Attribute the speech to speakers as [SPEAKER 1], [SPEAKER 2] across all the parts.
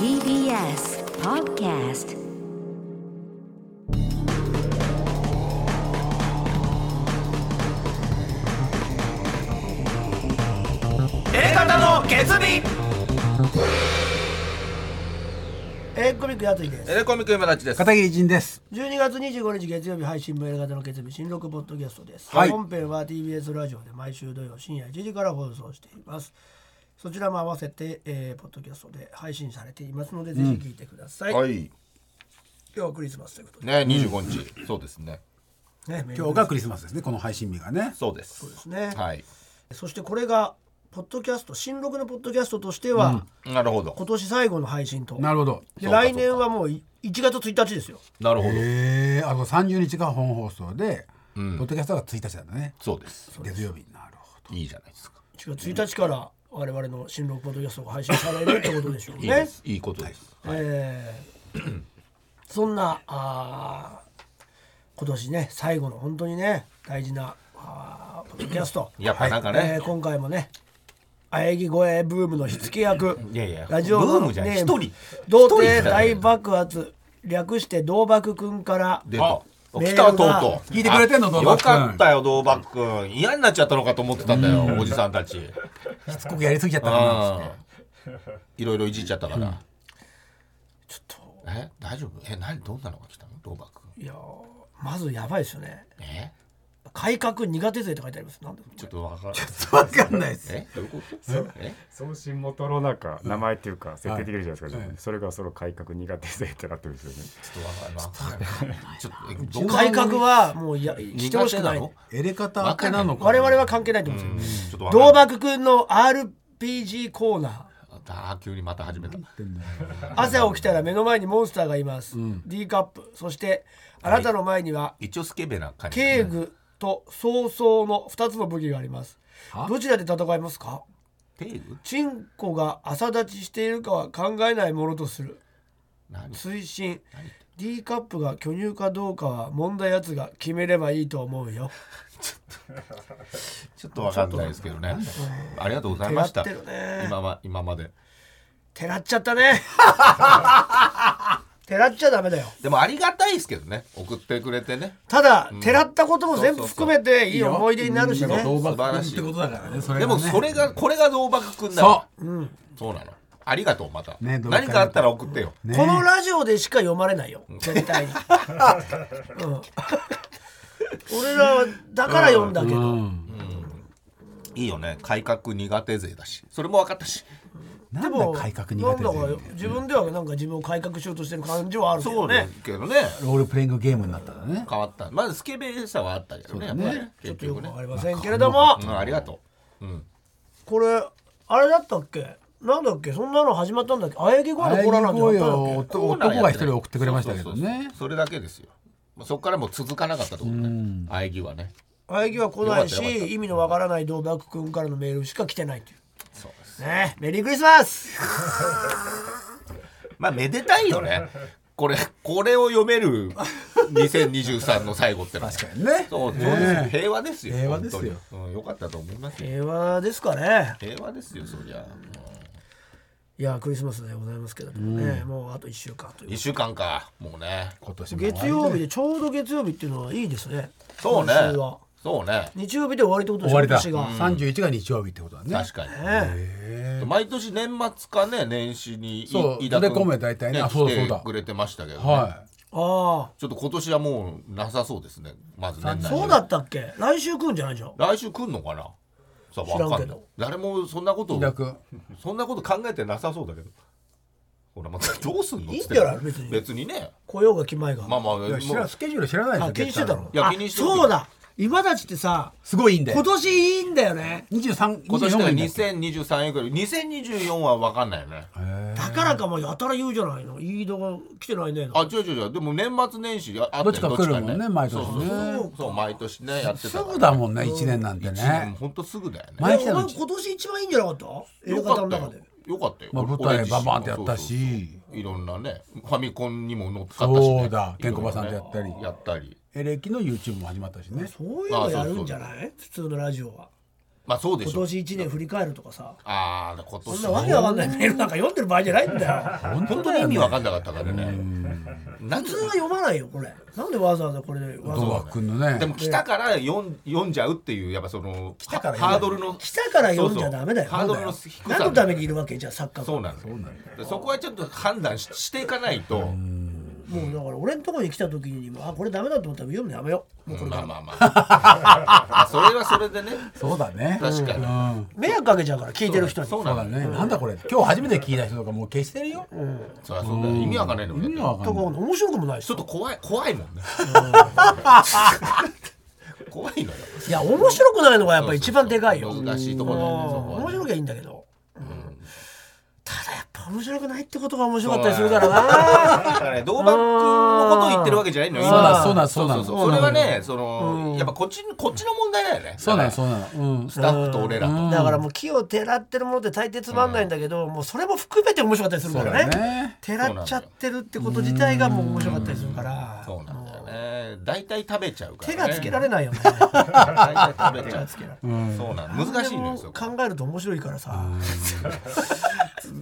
[SPEAKER 1] TBS Podcast
[SPEAKER 2] 方の決意
[SPEAKER 3] えー、コミックやついです
[SPEAKER 2] エレコミック今立ちです
[SPEAKER 4] 片桐仁です。
[SPEAKER 3] 12月25日月曜日配信分 A 型の決意新録ポッドキャストです、
[SPEAKER 4] はい
[SPEAKER 3] 本編は TBS ラジオで毎週土曜深夜1時から放送していますそちらも合わせて、えーポッドキャストで配信されていますので、ぜひ聞いてください、
[SPEAKER 2] はい
[SPEAKER 3] 今日はクリスマスということで
[SPEAKER 2] ね25日そうですね
[SPEAKER 3] ねメール
[SPEAKER 4] 今日がクリスマスですね。この配信日がね。
[SPEAKER 2] そうです
[SPEAKER 3] ですね
[SPEAKER 2] はい
[SPEAKER 3] そしてこれがポッドキャスト新録のポッドキャストとしては、
[SPEAKER 2] なるほど
[SPEAKER 3] 今年最後の配信と
[SPEAKER 4] なるほど。
[SPEAKER 3] で
[SPEAKER 2] そうか
[SPEAKER 3] 来年はもうい1月1日ですよ
[SPEAKER 2] なるほど
[SPEAKER 4] ええあと三十日が本放送で、ポッドキャストが一日なんだね。
[SPEAKER 2] そうです
[SPEAKER 4] 月曜日。なるほど。
[SPEAKER 2] いいじゃないですか
[SPEAKER 3] 1月1日から我々の新録ポッドキャストが配信されるってことでしょう
[SPEAKER 2] いい
[SPEAKER 3] ね
[SPEAKER 2] ですいいことです
[SPEAKER 3] えーそんなあー今年ね最後の本当にね大事なあーポッドキャスト、
[SPEAKER 2] やっぱなんかね
[SPEAKER 3] えー今回もね喘ぎ声ブームの火付け役
[SPEAKER 2] いやいや
[SPEAKER 3] ラジオ
[SPEAKER 2] ブームじゃない一人
[SPEAKER 3] 童貞大爆発略して道爆くんから
[SPEAKER 2] 出た
[SPEAKER 3] あ
[SPEAKER 2] 来たとうとう
[SPEAKER 3] メールが
[SPEAKER 4] 聞いてくれてんの
[SPEAKER 2] あ
[SPEAKER 4] ドーバック
[SPEAKER 2] よかったよドーバック君嫌になっちゃったのかと思ってたんだよおじさんたちうん
[SPEAKER 4] しつこくやりすぎちゃった な。
[SPEAKER 2] いろいろいじっちゃったから
[SPEAKER 3] ちょっと
[SPEAKER 2] え大丈夫え何どんなのが来たのドーバック君
[SPEAKER 3] いやーまずやばいですよね
[SPEAKER 2] え
[SPEAKER 3] 改革苦手勢って書いてありますなんで
[SPEAKER 2] ちょっとわからない
[SPEAKER 4] わかんないです。
[SPEAKER 2] えどういうことえ
[SPEAKER 5] 送信元の中名前っていうか設定できるじゃないですか、自分でそれがその改革苦手性ってなってるんですよね
[SPEAKER 2] ちょっとわからないちょっとど
[SPEAKER 4] ん
[SPEAKER 2] こ
[SPEAKER 3] 改革はもういやしてほしくない
[SPEAKER 2] 苦手
[SPEAKER 4] エレ方当てなのか。
[SPEAKER 3] 我々は関係ないと思うんですよ、
[SPEAKER 2] ちょっとわかんな
[SPEAKER 3] ドー
[SPEAKER 2] い
[SPEAKER 3] バクくんの RPG コーナ
[SPEAKER 2] あー急にまた始めた
[SPEAKER 3] ー朝起きたら目の前にモンスターがいます、D カップそしてあなたの前には
[SPEAKER 2] 一応スケベな感じ
[SPEAKER 3] 警具と早々の2つの武器がありますどちらで戦いますか
[SPEAKER 2] テール
[SPEAKER 3] チンコが朝立ちしているかは考えないものとする
[SPEAKER 2] 何
[SPEAKER 3] 推進 D カップが巨乳かどうかは問題やつが決めればいいと思うよ
[SPEAKER 2] ちょっとわかんないですけどねありがとうございました
[SPEAKER 3] 手が合ってるね
[SPEAKER 2] 今は今まで
[SPEAKER 3] てらっちゃった ねてらっちゃダメだよ
[SPEAKER 2] でもありがたいですけどね送ってくれてね
[SPEAKER 3] ただ、てらったことも全部含めていい思い出になるし
[SPEAKER 4] だからド
[SPEAKER 3] ね。
[SPEAKER 4] ーバックってことだからね。それ
[SPEAKER 2] で
[SPEAKER 4] がね
[SPEAKER 2] もそれがこれがドーバクくん
[SPEAKER 4] そ
[SPEAKER 2] だそうそうなのありがとうまた
[SPEAKER 4] ねどうぞ
[SPEAKER 2] 何かあったら送ってよ
[SPEAKER 4] う。ね
[SPEAKER 3] このラジオでしか読まれないよ、絶対に。うん、俺らはだから読んだけど、
[SPEAKER 2] いいよね改革苦手勢だしそれも分かったし
[SPEAKER 3] で
[SPEAKER 4] なんだ
[SPEAKER 3] も、
[SPEAKER 4] 改革
[SPEAKER 3] な
[SPEAKER 4] 苦
[SPEAKER 3] ん
[SPEAKER 4] 手
[SPEAKER 3] だ
[SPEAKER 4] だ
[SPEAKER 3] か
[SPEAKER 4] よ。
[SPEAKER 3] 自分ではなんか自分を改革しようとしてる感じはあるけ
[SPEAKER 2] そ
[SPEAKER 3] ど
[SPEAKER 2] うだ
[SPEAKER 3] ね。
[SPEAKER 2] けどね
[SPEAKER 4] ロールプレイングゲームになったらね。
[SPEAKER 2] 変わったまずスケベさはあったけどねやっぱりね
[SPEAKER 3] ちょっと
[SPEAKER 2] 結
[SPEAKER 3] よく
[SPEAKER 2] 局ね
[SPEAKER 3] わかりませんけれども
[SPEAKER 2] う、んありがとううん
[SPEAKER 3] これ、あれだったっけなんだっけそんなの始まったんだっけあやぎ声のコーナーなんて
[SPEAKER 4] 声
[SPEAKER 3] やったんだ
[SPEAKER 4] を
[SPEAKER 3] っけ
[SPEAKER 4] 男男が一人送ってくれましたけど
[SPEAKER 2] そうそうそう
[SPEAKER 4] ね
[SPEAKER 2] そう。それだけですよまあそこからもう続かなかったってことね喘ぎはね
[SPEAKER 3] あやぎは来ない
[SPEAKER 2] よかったよかっ
[SPEAKER 3] し、意味のわからない道楽くんからのメールしか来てないという。
[SPEAKER 2] そうです
[SPEAKER 3] ねメリークリスマス
[SPEAKER 2] まあめでたいよねこれこれを読める2023の最後ってのは
[SPEAKER 4] 確かにね。
[SPEAKER 2] そうそうです
[SPEAKER 4] ねえ
[SPEAKER 2] 平和ですよ
[SPEAKER 4] 平和ですよ
[SPEAKER 2] 本当にうん、よかったと思いますよ
[SPEAKER 3] 平和ですかね
[SPEAKER 2] 平和ですよそりゃ、
[SPEAKER 3] いやクリスマスでございますけれどもね、もうあと1週間と
[SPEAKER 2] う
[SPEAKER 3] い
[SPEAKER 2] 1
[SPEAKER 3] う
[SPEAKER 2] 週間かもうね
[SPEAKER 4] 今年も終わり
[SPEAKER 3] 月曜日でちょうど月曜日っていうのはいいですね
[SPEAKER 2] そうね
[SPEAKER 3] 今週は
[SPEAKER 2] そうね
[SPEAKER 3] 日曜日で終わりってことで
[SPEAKER 4] 終
[SPEAKER 3] しょ
[SPEAKER 4] わ
[SPEAKER 3] 今
[SPEAKER 4] りだ。
[SPEAKER 3] 年が、
[SPEAKER 4] 三十一が日曜日ってことだね。
[SPEAKER 2] 確かに、
[SPEAKER 3] ね
[SPEAKER 2] 毎年年末かね年始にい
[SPEAKER 4] そう
[SPEAKER 2] 飯田君
[SPEAKER 4] それ込め大体ねあそうだ
[SPEAKER 2] 来
[SPEAKER 4] そう
[SPEAKER 2] て
[SPEAKER 4] だ
[SPEAKER 2] くれてましたけど、ね
[SPEAKER 4] は
[SPEAKER 3] あ
[SPEAKER 2] ちょっと今年はもうなさそうですねまず年内
[SPEAKER 3] あ
[SPEAKER 2] に
[SPEAKER 3] そうだったっけ来週来るんじゃないじゃん
[SPEAKER 2] 来週来んのかなさあ
[SPEAKER 3] 知らんけど
[SPEAKER 2] わかんない誰もそんなこと
[SPEAKER 4] い。飯田君。
[SPEAKER 2] そんなこと考えてなさそうだけどほらまたどうすんの
[SPEAKER 3] いいん
[SPEAKER 2] つって
[SPEAKER 3] じゃない別に
[SPEAKER 2] 別にね
[SPEAKER 3] 来ようが来まいが、
[SPEAKER 2] まあまあ
[SPEAKER 4] いや知ら
[SPEAKER 2] も
[SPEAKER 4] ん
[SPEAKER 2] う
[SPEAKER 4] スケジュール知らないでし
[SPEAKER 3] あ
[SPEAKER 4] ょ
[SPEAKER 3] 気にしてたの
[SPEAKER 2] いや
[SPEAKER 3] あ
[SPEAKER 2] 気にしてる
[SPEAKER 3] そうだ今たちってさ
[SPEAKER 4] すごいいいんで
[SPEAKER 3] 今年いいんだよね
[SPEAKER 4] 二十三
[SPEAKER 2] 今年
[SPEAKER 4] 24
[SPEAKER 2] だから
[SPEAKER 4] いいんだって
[SPEAKER 2] 2023円くらい2024は分かんないよね
[SPEAKER 3] だからかもやたら言うじゃないの飯田が来てないね
[SPEAKER 2] あ違う違う違うでも年末年始ああ
[SPEAKER 4] どっちか来るもんね毎
[SPEAKER 2] そう
[SPEAKER 4] 年
[SPEAKER 2] そう
[SPEAKER 4] ね
[SPEAKER 2] そうそう毎年ねやってた
[SPEAKER 4] すぐだもんね一年なんて
[SPEAKER 2] ね
[SPEAKER 4] ね
[SPEAKER 2] ほんとすぐだよね
[SPEAKER 4] 毎
[SPEAKER 3] い
[SPEAKER 4] 日
[SPEAKER 3] や
[SPEAKER 4] な
[SPEAKER 3] お
[SPEAKER 4] の
[SPEAKER 3] 前今年一番いいんじゃなかった映画
[SPEAKER 2] よか
[SPEAKER 3] 方の
[SPEAKER 2] った
[SPEAKER 3] 中
[SPEAKER 2] よ
[SPEAKER 3] で
[SPEAKER 2] よかったよ、
[SPEAKER 4] まあ
[SPEAKER 2] 俺
[SPEAKER 4] 舞台
[SPEAKER 2] 俺自身も
[SPEAKER 4] ババーンってやったし
[SPEAKER 2] そうそうそういろんなねファミコンにも乗っかったし、ね、
[SPEAKER 4] そうだケンコバさんとやったり
[SPEAKER 2] いろいろねやったり
[SPEAKER 4] エレキの YouTube も始まったしね
[SPEAKER 3] そういうのやるんじゃない普通のラジオは。
[SPEAKER 2] まあそうで
[SPEAKER 3] 今
[SPEAKER 2] しょう
[SPEAKER 3] 年1年振り返るとかさ
[SPEAKER 2] ああ今
[SPEAKER 3] そん
[SPEAKER 2] 年
[SPEAKER 3] なわけわかんないメールなんか読んでる場合じゃないんだよ
[SPEAKER 2] 本当に意味わかんなかったからねなん
[SPEAKER 3] 普通は読まないよこれなんでわざわざこれでわざ
[SPEAKER 4] ド
[SPEAKER 3] わ
[SPEAKER 4] ア
[SPEAKER 3] ざ
[SPEAKER 4] 君のね
[SPEAKER 2] でも来たから読ん読んじゃうっていうやっぱその
[SPEAKER 4] たから
[SPEAKER 2] ハ
[SPEAKER 4] 読
[SPEAKER 2] ハー
[SPEAKER 4] んじゃ
[SPEAKER 2] ド
[SPEAKER 4] う
[SPEAKER 2] ルの
[SPEAKER 3] 来たから読んじゃダメだよ
[SPEAKER 2] そうそうハードルの低さ
[SPEAKER 3] 何のためにいるわけじゃあサッカーが
[SPEAKER 2] そうなんですよでそこはちょっと判断ししていかないと
[SPEAKER 3] もうだから俺のところに来た時にもあこれダメだと思ったら読むのやめようもうこれ
[SPEAKER 2] ま
[SPEAKER 3] か
[SPEAKER 2] あ
[SPEAKER 3] ら
[SPEAKER 2] まあまあそれはそれでね
[SPEAKER 4] そうだね
[SPEAKER 2] 確かに
[SPEAKER 4] うん
[SPEAKER 3] 迷惑かけちゃうから聞いてる人に
[SPEAKER 2] そう
[SPEAKER 4] そ
[SPEAKER 2] な
[SPEAKER 4] うん
[SPEAKER 2] だ
[SPEAKER 4] だ
[SPEAKER 2] よ
[SPEAKER 4] ねなんだこれ今日初めて聞いた人とかもう消してるよ
[SPEAKER 2] そりゃそうだよ意味わかんないのも
[SPEAKER 4] 意
[SPEAKER 2] ん
[SPEAKER 4] 味
[SPEAKER 2] だっ
[SPEAKER 4] わ
[SPEAKER 2] て
[SPEAKER 4] か
[SPEAKER 3] と
[SPEAKER 4] ん
[SPEAKER 3] か
[SPEAKER 4] ない
[SPEAKER 3] 面白くもないし
[SPEAKER 2] ちょっと怖い怖いもんね 怖いのよ
[SPEAKER 3] いや面白くないのがやっぱ一番でかいよ
[SPEAKER 2] 難しいところだよねそこはね
[SPEAKER 3] 面白きゃいいんだけど、ただやっぱ面白くないってことが面白かったりするからな
[SPEAKER 2] だからね、銅板君のことを言ってるわけじゃないのよ。
[SPEAKER 4] うん
[SPEAKER 2] 今
[SPEAKER 4] そうなんそうなん
[SPEAKER 2] そ
[SPEAKER 4] そう
[SPEAKER 2] そ
[SPEAKER 4] な
[SPEAKER 2] れ
[SPEAKER 4] の
[SPEAKER 2] はね、その、やっぱこっち、こっちの問題だよね。
[SPEAKER 4] そうなの
[SPEAKER 2] だか
[SPEAKER 4] そうなのうん
[SPEAKER 2] らスタッフと俺らと。
[SPEAKER 3] だからもう木をてらってるものって大抵つまんないんだけど、もうそれも含めて面白かったりする
[SPEAKER 4] そ
[SPEAKER 3] か
[SPEAKER 4] う
[SPEAKER 3] ら
[SPEAKER 4] だ
[SPEAKER 3] ね
[SPEAKER 4] ね
[SPEAKER 3] てらっちゃってるってこと自体がもう面白かったりするから
[SPEAKER 2] そうなんだよね。大体食べちゃうから、
[SPEAKER 3] 手
[SPEAKER 2] ね。
[SPEAKER 3] がつけら
[SPEAKER 2] れ
[SPEAKER 3] れないよね
[SPEAKER 2] 大体食べちゃう。
[SPEAKER 3] つけられ
[SPEAKER 2] そうなの。難しいのよ。そ
[SPEAKER 3] でも
[SPEAKER 2] こ
[SPEAKER 3] 考えると面白いからさ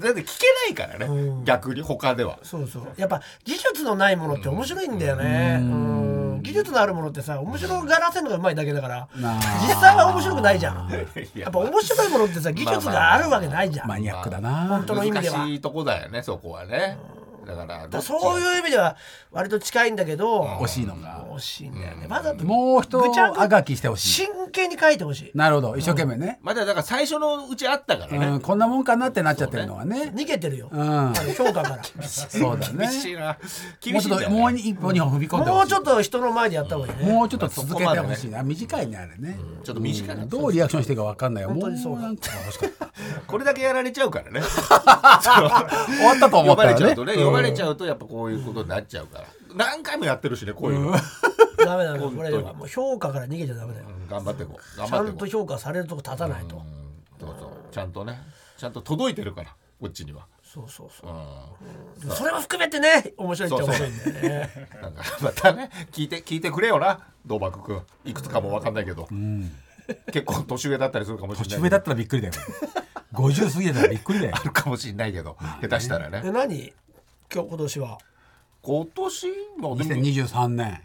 [SPEAKER 2] だって聞けないからね。逆に他では。
[SPEAKER 3] そうそうやっぱ技術のないものって面白いんだよねうん技術のあるものってさ面白がらせるのがうまいだけだから実
[SPEAKER 4] なあ
[SPEAKER 3] 際は面白くないじゃ ん
[SPEAKER 2] いや
[SPEAKER 3] やっぱ面白いものってさ技術があるわけないじゃん
[SPEAKER 4] マニアックだ
[SPEAKER 3] 本
[SPEAKER 4] な
[SPEAKER 3] 当の意味
[SPEAKER 2] 難
[SPEAKER 3] では
[SPEAKER 2] しいとこだよね。そこはね。だからどっち、
[SPEAKER 3] そういう意味では割と近いんだけど
[SPEAKER 4] 惜しいのが
[SPEAKER 3] 惜しいんだよねまだ
[SPEAKER 4] もう一
[SPEAKER 3] ぐちゃぐ
[SPEAKER 4] あがきしてほしい
[SPEAKER 3] 真剣に書いてほしい
[SPEAKER 4] なるほど一生懸命ね
[SPEAKER 2] まだだから最初のうちあったからね。
[SPEAKER 4] うんこんなもんかなってなっちゃってるのはね
[SPEAKER 3] 逃げてるよ
[SPEAKER 4] うん
[SPEAKER 3] あの評価から
[SPEAKER 4] そうだね
[SPEAKER 2] 厳しいな。
[SPEAKER 4] も
[SPEAKER 2] 厳
[SPEAKER 4] う
[SPEAKER 2] しい
[SPEAKER 4] ち
[SPEAKER 2] ん
[SPEAKER 4] ょっ
[SPEAKER 2] だ
[SPEAKER 4] と
[SPEAKER 2] よ、
[SPEAKER 4] もう
[SPEAKER 2] ね。
[SPEAKER 4] 一歩二歩踏み込んで
[SPEAKER 3] も
[SPEAKER 4] ほ
[SPEAKER 3] う
[SPEAKER 4] し
[SPEAKER 3] ちょっと人の前でやった方がいい
[SPEAKER 4] い
[SPEAKER 3] ね
[SPEAKER 4] もうちょっと続けてほしいな短いねあれね
[SPEAKER 2] ちょっと短いな。
[SPEAKER 4] どうリアクションしていいか分かんないよも
[SPEAKER 3] 当
[SPEAKER 4] う
[SPEAKER 3] にそうだ
[SPEAKER 4] なんか欲しかった
[SPEAKER 2] これだけやられちゃうからね。
[SPEAKER 4] 終わったと思
[SPEAKER 2] 呼
[SPEAKER 4] った
[SPEAKER 2] ばれ
[SPEAKER 4] ら
[SPEAKER 2] ちゃ
[SPEAKER 4] ね
[SPEAKER 2] うとね、呼ばれちゃうとやっぱこういうことになっちゃうから何回もやってるしねこういうの、
[SPEAKER 3] ダメダメこれ
[SPEAKER 2] 本当に
[SPEAKER 3] もう評価から逃げちゃダメだよ
[SPEAKER 2] 頑張ってこう頑
[SPEAKER 3] ちゃ
[SPEAKER 2] 張って
[SPEAKER 3] ん
[SPEAKER 2] ことう
[SPEAKER 3] 評価されるとこ立たないと
[SPEAKER 2] そうそうちゃんとねちゃんと届いてるからこっちには、
[SPEAKER 3] そうそうそう
[SPEAKER 2] うん、
[SPEAKER 3] でもそれも含めてね面白いっちゃ面白いんだよね
[SPEAKER 2] なんか またね聞いて聞いてくれよな道幕君いくつかも分かんないけど、結構年上だったりするかもしれないけ
[SPEAKER 4] 年
[SPEAKER 2] ど
[SPEAKER 4] 上だったらびっくりだよ50過ぎてたらびっく りだよ
[SPEAKER 2] あるかもしれないけど下手したらね
[SPEAKER 3] で何今日今年は
[SPEAKER 2] 今年もでも
[SPEAKER 4] 2023年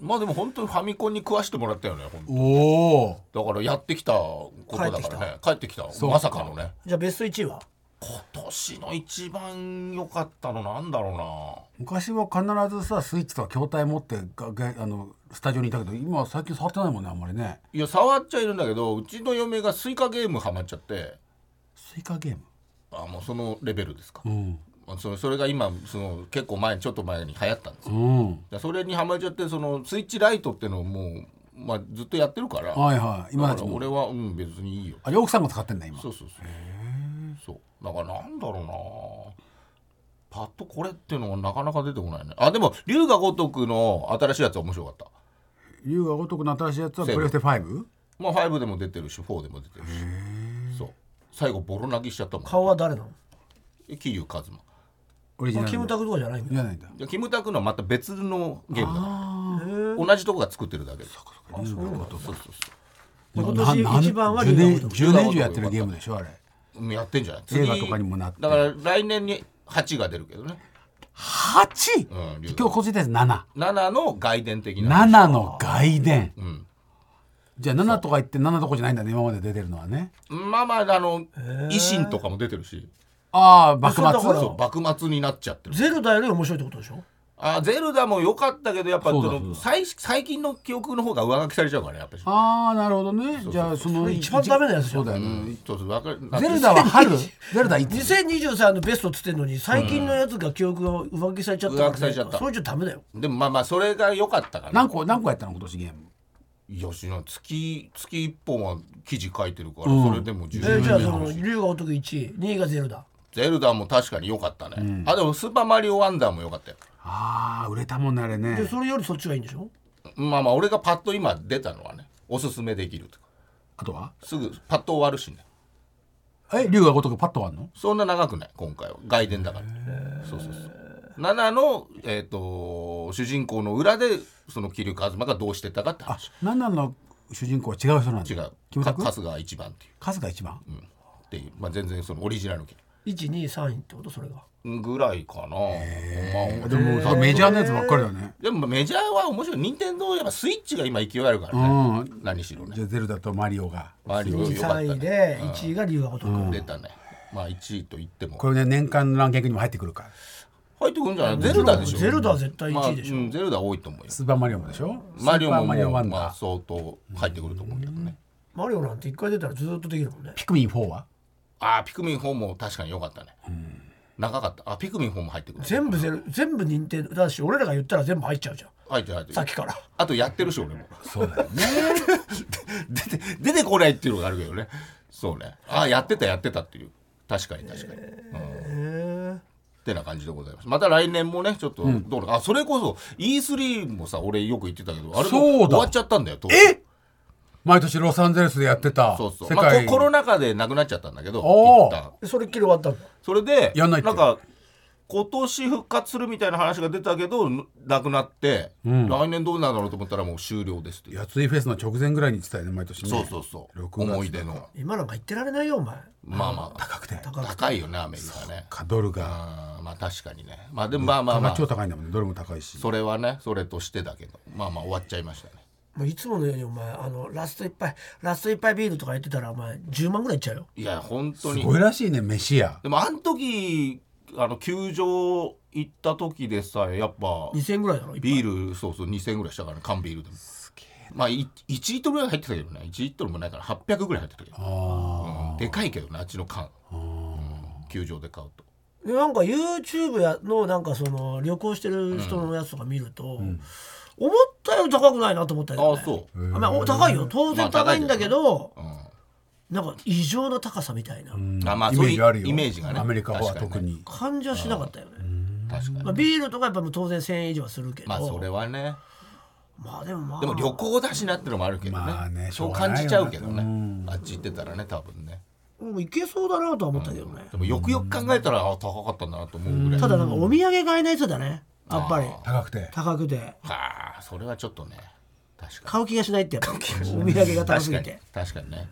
[SPEAKER 2] まあでも本当にファミコンに食わしてもらったよね本当
[SPEAKER 4] おお
[SPEAKER 2] だからやってきたことだからね帰ってきたまさかのね
[SPEAKER 3] じゃあベスト1位は
[SPEAKER 2] 今年の一番良かったのなんだろ
[SPEAKER 4] 昔は必ずさスイッチとか筐体持ってががあのスタジオにいたけど今最近触ってないもんねあんまりね
[SPEAKER 2] うないや触っちゃいるんだけどうちの嫁がスイカゲームハマっちゃって
[SPEAKER 4] スイカゲーム
[SPEAKER 2] あもうそのレベルですか、
[SPEAKER 4] うん
[SPEAKER 2] まあそのそれが今その結構前にちょっと前に流行ったんですよ
[SPEAKER 4] うん
[SPEAKER 2] でそれにハマっちゃってそのスイッチライトっていうのをもう、まあ、ずっとやってるから
[SPEAKER 4] はいはい今
[SPEAKER 2] だ
[SPEAKER 4] た
[SPEAKER 2] か
[SPEAKER 4] ち
[SPEAKER 2] ら
[SPEAKER 4] も
[SPEAKER 2] 俺はうん別にいいよ
[SPEAKER 4] あれ奥さんも使ってんだ今
[SPEAKER 2] そうそうそうそうだからなんだろうなパッとこれっていうのがなかなか出てこないねあでも龍が如くの新しいやつは面白かった
[SPEAKER 4] 優雅男の新しいやつは
[SPEAKER 2] セブ
[SPEAKER 4] プ
[SPEAKER 2] ン
[SPEAKER 4] レステ 5?
[SPEAKER 2] まあ5でも出てるし4でも出てるしそう最後ボロ泣きしちゃったもん
[SPEAKER 3] 顔は誰なの
[SPEAKER 2] 桐生一馬
[SPEAKER 4] オリジ
[SPEAKER 3] こ
[SPEAKER 4] ナ
[SPEAKER 3] れ
[SPEAKER 4] ル
[SPEAKER 3] キムタクとかじゃないんだ
[SPEAKER 4] じゃないんだ
[SPEAKER 2] でキムタクのはまた別のゲームだから同じとこが作ってるだけであそういうことそうそう
[SPEAKER 3] 今年一番は
[SPEAKER 4] 10
[SPEAKER 3] 龍
[SPEAKER 4] 年
[SPEAKER 3] 河如く
[SPEAKER 4] 10年以上やってるゲームでしょあれ
[SPEAKER 2] そううんやってんじゃない
[SPEAKER 4] 映画とかにもなって
[SPEAKER 2] だから来年に8が出るけどね
[SPEAKER 4] 8!
[SPEAKER 2] うん龍
[SPEAKER 4] 今日個人で77
[SPEAKER 2] 7の外伝的な
[SPEAKER 4] の外伝
[SPEAKER 2] ん
[SPEAKER 4] じゃあ7とか言って7とかじゃないんだね今まで出てるのはね
[SPEAKER 2] まあまああの維新とかも出てるし
[SPEAKER 4] ああ幕
[SPEAKER 3] そうだから
[SPEAKER 4] 末
[SPEAKER 2] そう幕末になっちゃってる
[SPEAKER 3] ゼルダより面白いってことでしょ
[SPEAKER 2] あゼルダも良かったけどやっぱそ
[SPEAKER 4] そうだそう
[SPEAKER 2] の
[SPEAKER 4] だ
[SPEAKER 2] 最最近の記憶の方が上書きされちゃうからねやっぱり
[SPEAKER 4] ああなるほどねじゃあその
[SPEAKER 3] れ一番ダメなやつじゃ
[SPEAKER 4] そ
[SPEAKER 3] ん
[SPEAKER 4] うだよ
[SPEAKER 2] う
[SPEAKER 4] ね
[SPEAKER 2] んそうそうわかる
[SPEAKER 4] ゼルダは春ゼルダ1
[SPEAKER 3] 2023のベストっつってんのに最近のやつが記憶が上書きされちゃったからね
[SPEAKER 2] 上書きされちゃった
[SPEAKER 3] それじゃダメだよ
[SPEAKER 2] でもまあまあそれが良かったかな
[SPEAKER 4] 何個何個やったの今年ゲーム
[SPEAKER 2] 吉野月月一本は記事書いてるから、それでも十
[SPEAKER 3] えー
[SPEAKER 2] 分
[SPEAKER 3] じゃあその龍が如く1位2位がゼルダ
[SPEAKER 2] ゼルダも確かに良かったね、あでも「スーパーマリオワンダー」も良かったよ
[SPEAKER 4] ああ売れたもんねあれね
[SPEAKER 3] でそれよりそっちがいいんでしょ
[SPEAKER 2] まあまあ俺がパッと今出たのはねおすすめできるとか
[SPEAKER 4] あとは
[SPEAKER 2] すぐパッと終わるしね
[SPEAKER 4] え龍が如くパッと終わんの
[SPEAKER 2] そんな長くない今回は外伝だからそうそうそう7の、えー、と主人公の裏でその桐生一馬がどうしてったかって話
[SPEAKER 4] 7の主人公は違う人なん
[SPEAKER 2] 違
[SPEAKER 4] だ
[SPEAKER 2] う
[SPEAKER 4] キムタ
[SPEAKER 2] か
[SPEAKER 4] ク
[SPEAKER 2] 春日一番っていう
[SPEAKER 4] 数が一番、
[SPEAKER 2] うんっていう、まあ、全然そのオリジナル
[SPEAKER 3] 123位ってことそれが
[SPEAKER 2] ぐらいかな、まあ、
[SPEAKER 4] でもさメジャーなやつばっかりだね、
[SPEAKER 2] でもメジャーは面白い任天堂やっぱスイッチが今勢いあるからね、
[SPEAKER 4] うん
[SPEAKER 2] 何しろね
[SPEAKER 4] じゃあゼルダとマリオが
[SPEAKER 2] 周り良かった
[SPEAKER 3] 3位
[SPEAKER 2] ね
[SPEAKER 3] で1位が龍が如く、
[SPEAKER 2] 出たねまあ1位と言っても
[SPEAKER 4] これね年間のランキングにも入ってくるから
[SPEAKER 2] 入ってくるんじゃないゼルダでしょ
[SPEAKER 3] ゼルダは絶対1位でしょ
[SPEAKER 2] まあうんゼルダ多いと思うよ
[SPEAKER 4] スーパーマリオもでしょ
[SPEAKER 2] マリオ
[SPEAKER 4] スーパ
[SPEAKER 2] も
[SPEAKER 4] ーマリオワンダー、
[SPEAKER 2] まあ相当入ってくると思うけどね
[SPEAKER 3] マリオなんて1回出たらずっとできるもんね
[SPEAKER 4] ピクミン4は
[SPEAKER 2] ああピクミン4も確かに良かったね長かったあピクミン4も入ってくる
[SPEAKER 3] 全部ゼル全部任天堂だし俺らが言ったら全部入っちゃうじゃん
[SPEAKER 2] 入ってる入ってる
[SPEAKER 3] さっきから
[SPEAKER 2] あとやってるし俺も
[SPEAKER 4] そうだよ ね
[SPEAKER 2] 出て出てこないっていうのがあるけどねそうねああやってたやってたっていう確かに確かに、うん
[SPEAKER 3] へ
[SPEAKER 2] ってな感じでございます。また来年もね、ちょっとどうなるか、あ、それこそ E3 もさ、俺よく言ってたけど、あれ
[SPEAKER 4] そう
[SPEAKER 2] も
[SPEAKER 4] だ
[SPEAKER 2] 終わっちゃったんだよ、え
[SPEAKER 4] え毎年ロサンゼルスでやってた
[SPEAKER 2] そうそう。
[SPEAKER 4] 世
[SPEAKER 2] まあ、
[SPEAKER 4] 界、
[SPEAKER 2] ココロナ禍でなくなっちゃったんだけど、
[SPEAKER 4] おー
[SPEAKER 2] 一旦
[SPEAKER 3] えそれっきり終わったんだ
[SPEAKER 2] それで、
[SPEAKER 4] やんないって
[SPEAKER 2] なんか、今年復活するみたいな話が出たけど、なくなって、来年どうなるだろうと思ったらもう終了ですっていう。
[SPEAKER 4] やついフェスの直前ぐらいに言ってたよね毎年ね
[SPEAKER 2] そうそうそう。
[SPEAKER 4] 6月
[SPEAKER 2] 思い出の。
[SPEAKER 3] 今なんか言ってられないよお前
[SPEAKER 2] まあまあ、
[SPEAKER 4] 高くて
[SPEAKER 3] 高くて
[SPEAKER 2] 高いよね、アメリカね。
[SPEAKER 4] かドルが
[SPEAKER 2] あーまあ確かにね。まあでもまあまあまあ、
[SPEAKER 4] 超高いんだもんねドルも高いし
[SPEAKER 2] それはね、それとしてだけど、まあまあ終わっちゃいましたね。
[SPEAKER 3] もういつものようにお前あのラスト一杯ラスト一杯ビールとか言ってたらお前10万ぐらいいっちゃうよ
[SPEAKER 2] いや、本当
[SPEAKER 4] す
[SPEAKER 2] に。
[SPEAKER 4] ごいらしいね飯屋
[SPEAKER 2] でもあの時あの球場行った時でさえやっぱ
[SPEAKER 3] 2000円ぐらいだろ
[SPEAKER 2] ビ
[SPEAKER 3] ル
[SPEAKER 2] ールそうそう2000円ぐらいしたから、ね、缶ビールでもまあい1リットルぐらい入ってたけどね1リットルもないから800ぐらい入ってたけど、うんでかいけどねあっちの缶、うん球場で買うと
[SPEAKER 3] なんか YouTube やのなんかその旅行してる人のやつとか見ると、思ったより高くないなと思ったけど、ね、
[SPEAKER 2] あそう
[SPEAKER 3] あまあお高いよ当然高いんだけど、
[SPEAKER 2] うん
[SPEAKER 3] なんか異常な高さみたいな
[SPEAKER 2] あまあ
[SPEAKER 4] イ
[SPEAKER 2] そう
[SPEAKER 4] メー
[SPEAKER 2] いう
[SPEAKER 4] ジあるよ
[SPEAKER 2] イメージがね
[SPEAKER 4] アメリカは
[SPEAKER 2] 確か
[SPEAKER 4] 特
[SPEAKER 2] にね
[SPEAKER 4] に
[SPEAKER 3] 感じはしなかったよね、
[SPEAKER 2] 確かに
[SPEAKER 3] まあ、ビールとかやっぱもう当然1000円以上はするけど
[SPEAKER 2] まあそれはね
[SPEAKER 3] まあでもまあ
[SPEAKER 2] でも旅行だしなってのもあるけどね,、
[SPEAKER 4] まあねしょ
[SPEAKER 2] そうう
[SPEAKER 4] がないよね
[SPEAKER 2] 感じちゃうけどね、
[SPEAKER 4] うん
[SPEAKER 2] あっち行ってたらね多分ね
[SPEAKER 3] もういけそうだなとは思ったけどね、
[SPEAKER 2] でもよくよく考えたらあ高かったんだなと思うぐらい
[SPEAKER 3] ただなんかお土産買えないやつだねやっぱり
[SPEAKER 4] 高くて
[SPEAKER 3] 高くて
[SPEAKER 2] はあそれはちょっとね確かに
[SPEAKER 3] 買う気がしないってやっぱお土産が高すぎて
[SPEAKER 2] 確かに確かにね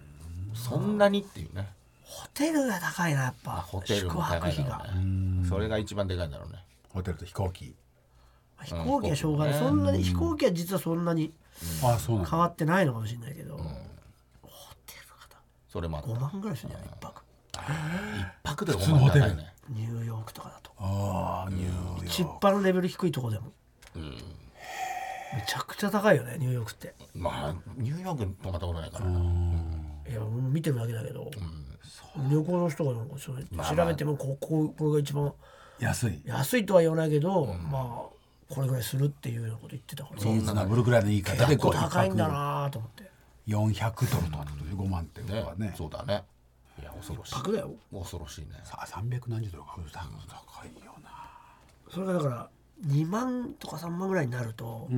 [SPEAKER 2] そんなにっていうね
[SPEAKER 3] ホテルが高いなやっぱ
[SPEAKER 2] あホテル
[SPEAKER 3] 宿
[SPEAKER 2] も
[SPEAKER 3] 泊
[SPEAKER 2] 高い
[SPEAKER 3] 費
[SPEAKER 2] だ
[SPEAKER 3] が
[SPEAKER 2] ろ、うねそれが一番でかいんだろうね
[SPEAKER 4] ホテルと飛行機
[SPEAKER 3] 飛行機はしょうがない、
[SPEAKER 2] うん
[SPEAKER 3] そんなに飛行機は実はそんなに
[SPEAKER 4] ああそうなんだ
[SPEAKER 3] 変わってないのかもしれないけど、ホテ
[SPEAKER 2] それもあっ
[SPEAKER 3] ルが
[SPEAKER 2] た
[SPEAKER 3] 5万ぐらいするんじゃない一泊
[SPEAKER 2] 一泊でお
[SPEAKER 4] の
[SPEAKER 2] 前
[SPEAKER 4] ホテル
[SPEAKER 2] 高いね
[SPEAKER 3] ニューヨークとかだと
[SPEAKER 4] ああニュー
[SPEAKER 3] 一番レベル低いとこでも、めちゃくちゃ高いよねニューヨークって
[SPEAKER 2] まあニューヨーク泊まったことないから
[SPEAKER 3] いやもう見てるだけだけど、旅行の人がなんかそれ調べてもこここれが一番
[SPEAKER 4] 安い
[SPEAKER 3] 安いとは言わないけど、まあこれぐらいするっていうようなこと言ってたから
[SPEAKER 4] リーズナブルぐらいの言い方で
[SPEAKER 3] 結構
[SPEAKER 4] こう
[SPEAKER 3] 高いんだなと思って
[SPEAKER 4] 400ドルとかってことで5万ってこと
[SPEAKER 2] ね
[SPEAKER 4] はね
[SPEAKER 2] そうだねいや恐ろしい
[SPEAKER 3] 高だよ
[SPEAKER 2] 恐ろしいね
[SPEAKER 4] さ300何十ドルか高いよな
[SPEAKER 3] それがだから2万とか3万ぐらいになると、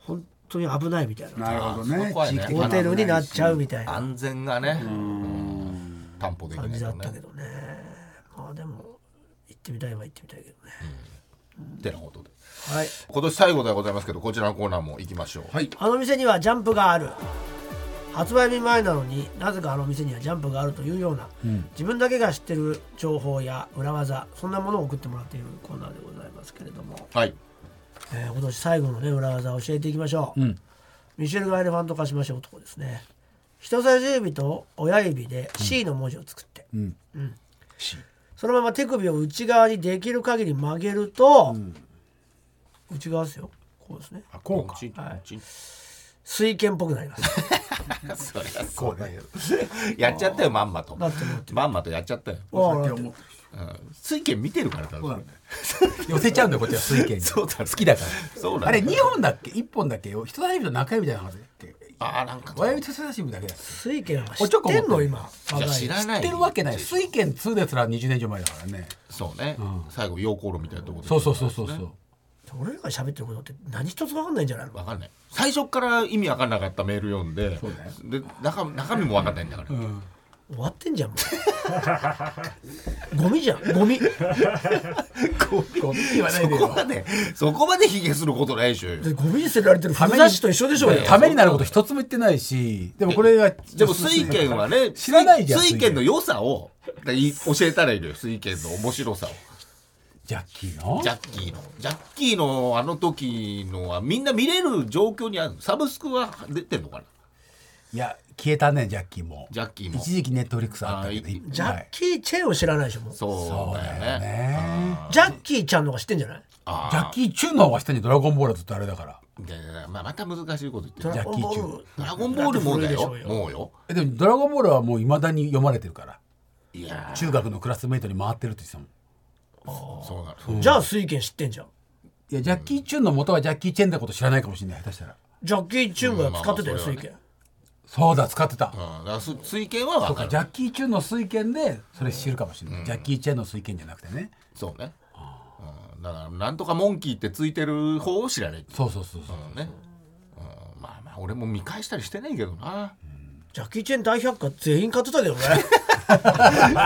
[SPEAKER 3] 本当に危ないみたいな
[SPEAKER 4] なるほどね
[SPEAKER 2] そこはね
[SPEAKER 4] 地域
[SPEAKER 3] ホテルになっちゃうみたいな
[SPEAKER 2] 安全がねうん担保でき
[SPEAKER 3] 感
[SPEAKER 2] ない
[SPEAKER 3] じだ
[SPEAKER 2] よ
[SPEAKER 3] ったけ
[SPEAKER 2] ね
[SPEAKER 3] どねまあでも行ってみたいは行ってみたいけどね、
[SPEAKER 2] ってなことで
[SPEAKER 3] はい
[SPEAKER 2] 今年最後ではございますけどこちらのコーナーも行きましょう
[SPEAKER 4] はい
[SPEAKER 3] あの店にはジャンプがある発売日前なのになぜかあの店にはジャンプがあるというような、自分だけが知ってる情報や裏技そんなものを送ってもらっているコーナーでございますけれども、
[SPEAKER 2] はい
[SPEAKER 3] えー今年最後のね裏技を教えていきましょう、ミシェルがエレファント化しましょう男ですね人差し指と親指で C の文字を作って、
[SPEAKER 4] C
[SPEAKER 3] そのまま手首を内側にできる限り曲げると、内側ですよこうですね
[SPEAKER 4] あこうか
[SPEAKER 2] チン
[SPEAKER 3] はい
[SPEAKER 2] チン
[SPEAKER 3] 水拳っぽくなります
[SPEAKER 2] そりゃそうだよ やっちゃったよまんまと
[SPEAKER 3] なってるなってる
[SPEAKER 2] まんまとやっちゃったよ
[SPEAKER 3] わあ
[SPEAKER 4] さ
[SPEAKER 3] な
[SPEAKER 4] っき
[SPEAKER 3] ってる
[SPEAKER 4] 思っ
[SPEAKER 2] うん水拳見てるからだ
[SPEAKER 4] そうなんだよ寄せちゃうんだよこっちは水拳に
[SPEAKER 2] そうだね
[SPEAKER 4] 好きだか
[SPEAKER 2] そうなんだ
[SPEAKER 4] らあれ2本だっけ1本だっけ人差し指と中指だよなのだっけ
[SPEAKER 2] あーなんか
[SPEAKER 4] 親指と人差し指だけだっけ
[SPEAKER 3] 水拳は知
[SPEAKER 4] お
[SPEAKER 3] っ
[SPEAKER 4] ちょこ持ってて
[SPEAKER 3] ん
[SPEAKER 4] る
[SPEAKER 3] の今
[SPEAKER 2] い
[SPEAKER 3] 若
[SPEAKER 2] や知らない
[SPEAKER 4] 知ってるわけない水拳2ですら20年以上前だからね
[SPEAKER 2] そうね、最後陽光炉みたいなところ
[SPEAKER 4] そうそうそうそうそう
[SPEAKER 3] 俺らが喋ってることって何一つ分かんないんじゃないの
[SPEAKER 2] わかんない最初から意味わかんなかったメール読んで
[SPEAKER 4] うだよ
[SPEAKER 2] で中中身もわかんないんだから、
[SPEAKER 3] 終わってんじゃんも うゴミじゃんゴミ
[SPEAKER 4] こう言わないで
[SPEAKER 2] そこ
[SPEAKER 4] よ
[SPEAKER 2] までそこまでヒゲすることないでしょ
[SPEAKER 3] でゴミに捨てられてる古雑誌と一緒でしょうよ
[SPEAKER 4] ためになること一つも言ってないしでもこれが
[SPEAKER 2] でも水拳はね
[SPEAKER 4] 知らないじゃん
[SPEAKER 2] 水拳の良さをだい 教えたらいいのよ水拳の面白さを
[SPEAKER 4] ジャッキーの
[SPEAKER 2] ジャッキーのジャッキーのあの時のはみんな見れる状況にあるサブスクは出てんのかない
[SPEAKER 4] や消えたねジャッキーも
[SPEAKER 2] ジャッキーも
[SPEAKER 4] 一時期ネットフリックスあったけど
[SPEAKER 2] あーい
[SPEAKER 4] いっぱい
[SPEAKER 3] ジャッキー・チェンを知らないでしょもうジ
[SPEAKER 2] そうだよね
[SPEAKER 4] ね
[SPEAKER 3] ャッキーちゃんの方が知ってんじゃない
[SPEAKER 2] あ
[SPEAKER 4] ジャッキー・チュンの方が下に「ドラゴンボール」はずっとあれだから
[SPEAKER 2] でまあ、また難しいこと言って
[SPEAKER 3] ド
[SPEAKER 2] る
[SPEAKER 4] ジャ
[SPEAKER 3] ラ
[SPEAKER 4] ッキ
[SPEAKER 3] ゴ
[SPEAKER 4] ー
[SPEAKER 3] ンボール
[SPEAKER 4] チュ
[SPEAKER 2] ドラゴンボールもだ
[SPEAKER 3] だって
[SPEAKER 2] よ
[SPEAKER 3] 古いでしょうよ
[SPEAKER 2] もうよ
[SPEAKER 4] えでも「ドラゴンボール」はもういまだに読まれてるから
[SPEAKER 2] いやー
[SPEAKER 4] 中学のクラスメイトに回ってるって言ってたもん
[SPEAKER 2] そうなの、
[SPEAKER 3] じゃあ水拳知ってんじゃん
[SPEAKER 4] いやジャッキー・チュンの元はジャッキー・チェンだこと知らないかもしれない下手したら
[SPEAKER 3] ジャッキー・チュンが使ってたよ
[SPEAKER 2] うんまあま
[SPEAKER 3] 水
[SPEAKER 2] あ
[SPEAKER 3] 拳
[SPEAKER 4] そうだ使ってた、
[SPEAKER 2] うん、だからす水拳は
[SPEAKER 4] そ
[SPEAKER 2] 分
[SPEAKER 4] う
[SPEAKER 2] か
[SPEAKER 4] か
[SPEAKER 2] る
[SPEAKER 4] ジャッキー・チュンの水拳でそれ知るかもしれない、ジャッキー・チェンの水拳じゃなくてね
[SPEAKER 2] そうね、うん、だからなんとかモンキーってついてる方を知らないってい
[SPEAKER 4] そうそうそうそう、
[SPEAKER 2] うね、うん、まあまあ俺も見返したりしてないけどな、
[SPEAKER 3] ジャッキー・チェン大百科全員買ってたけどね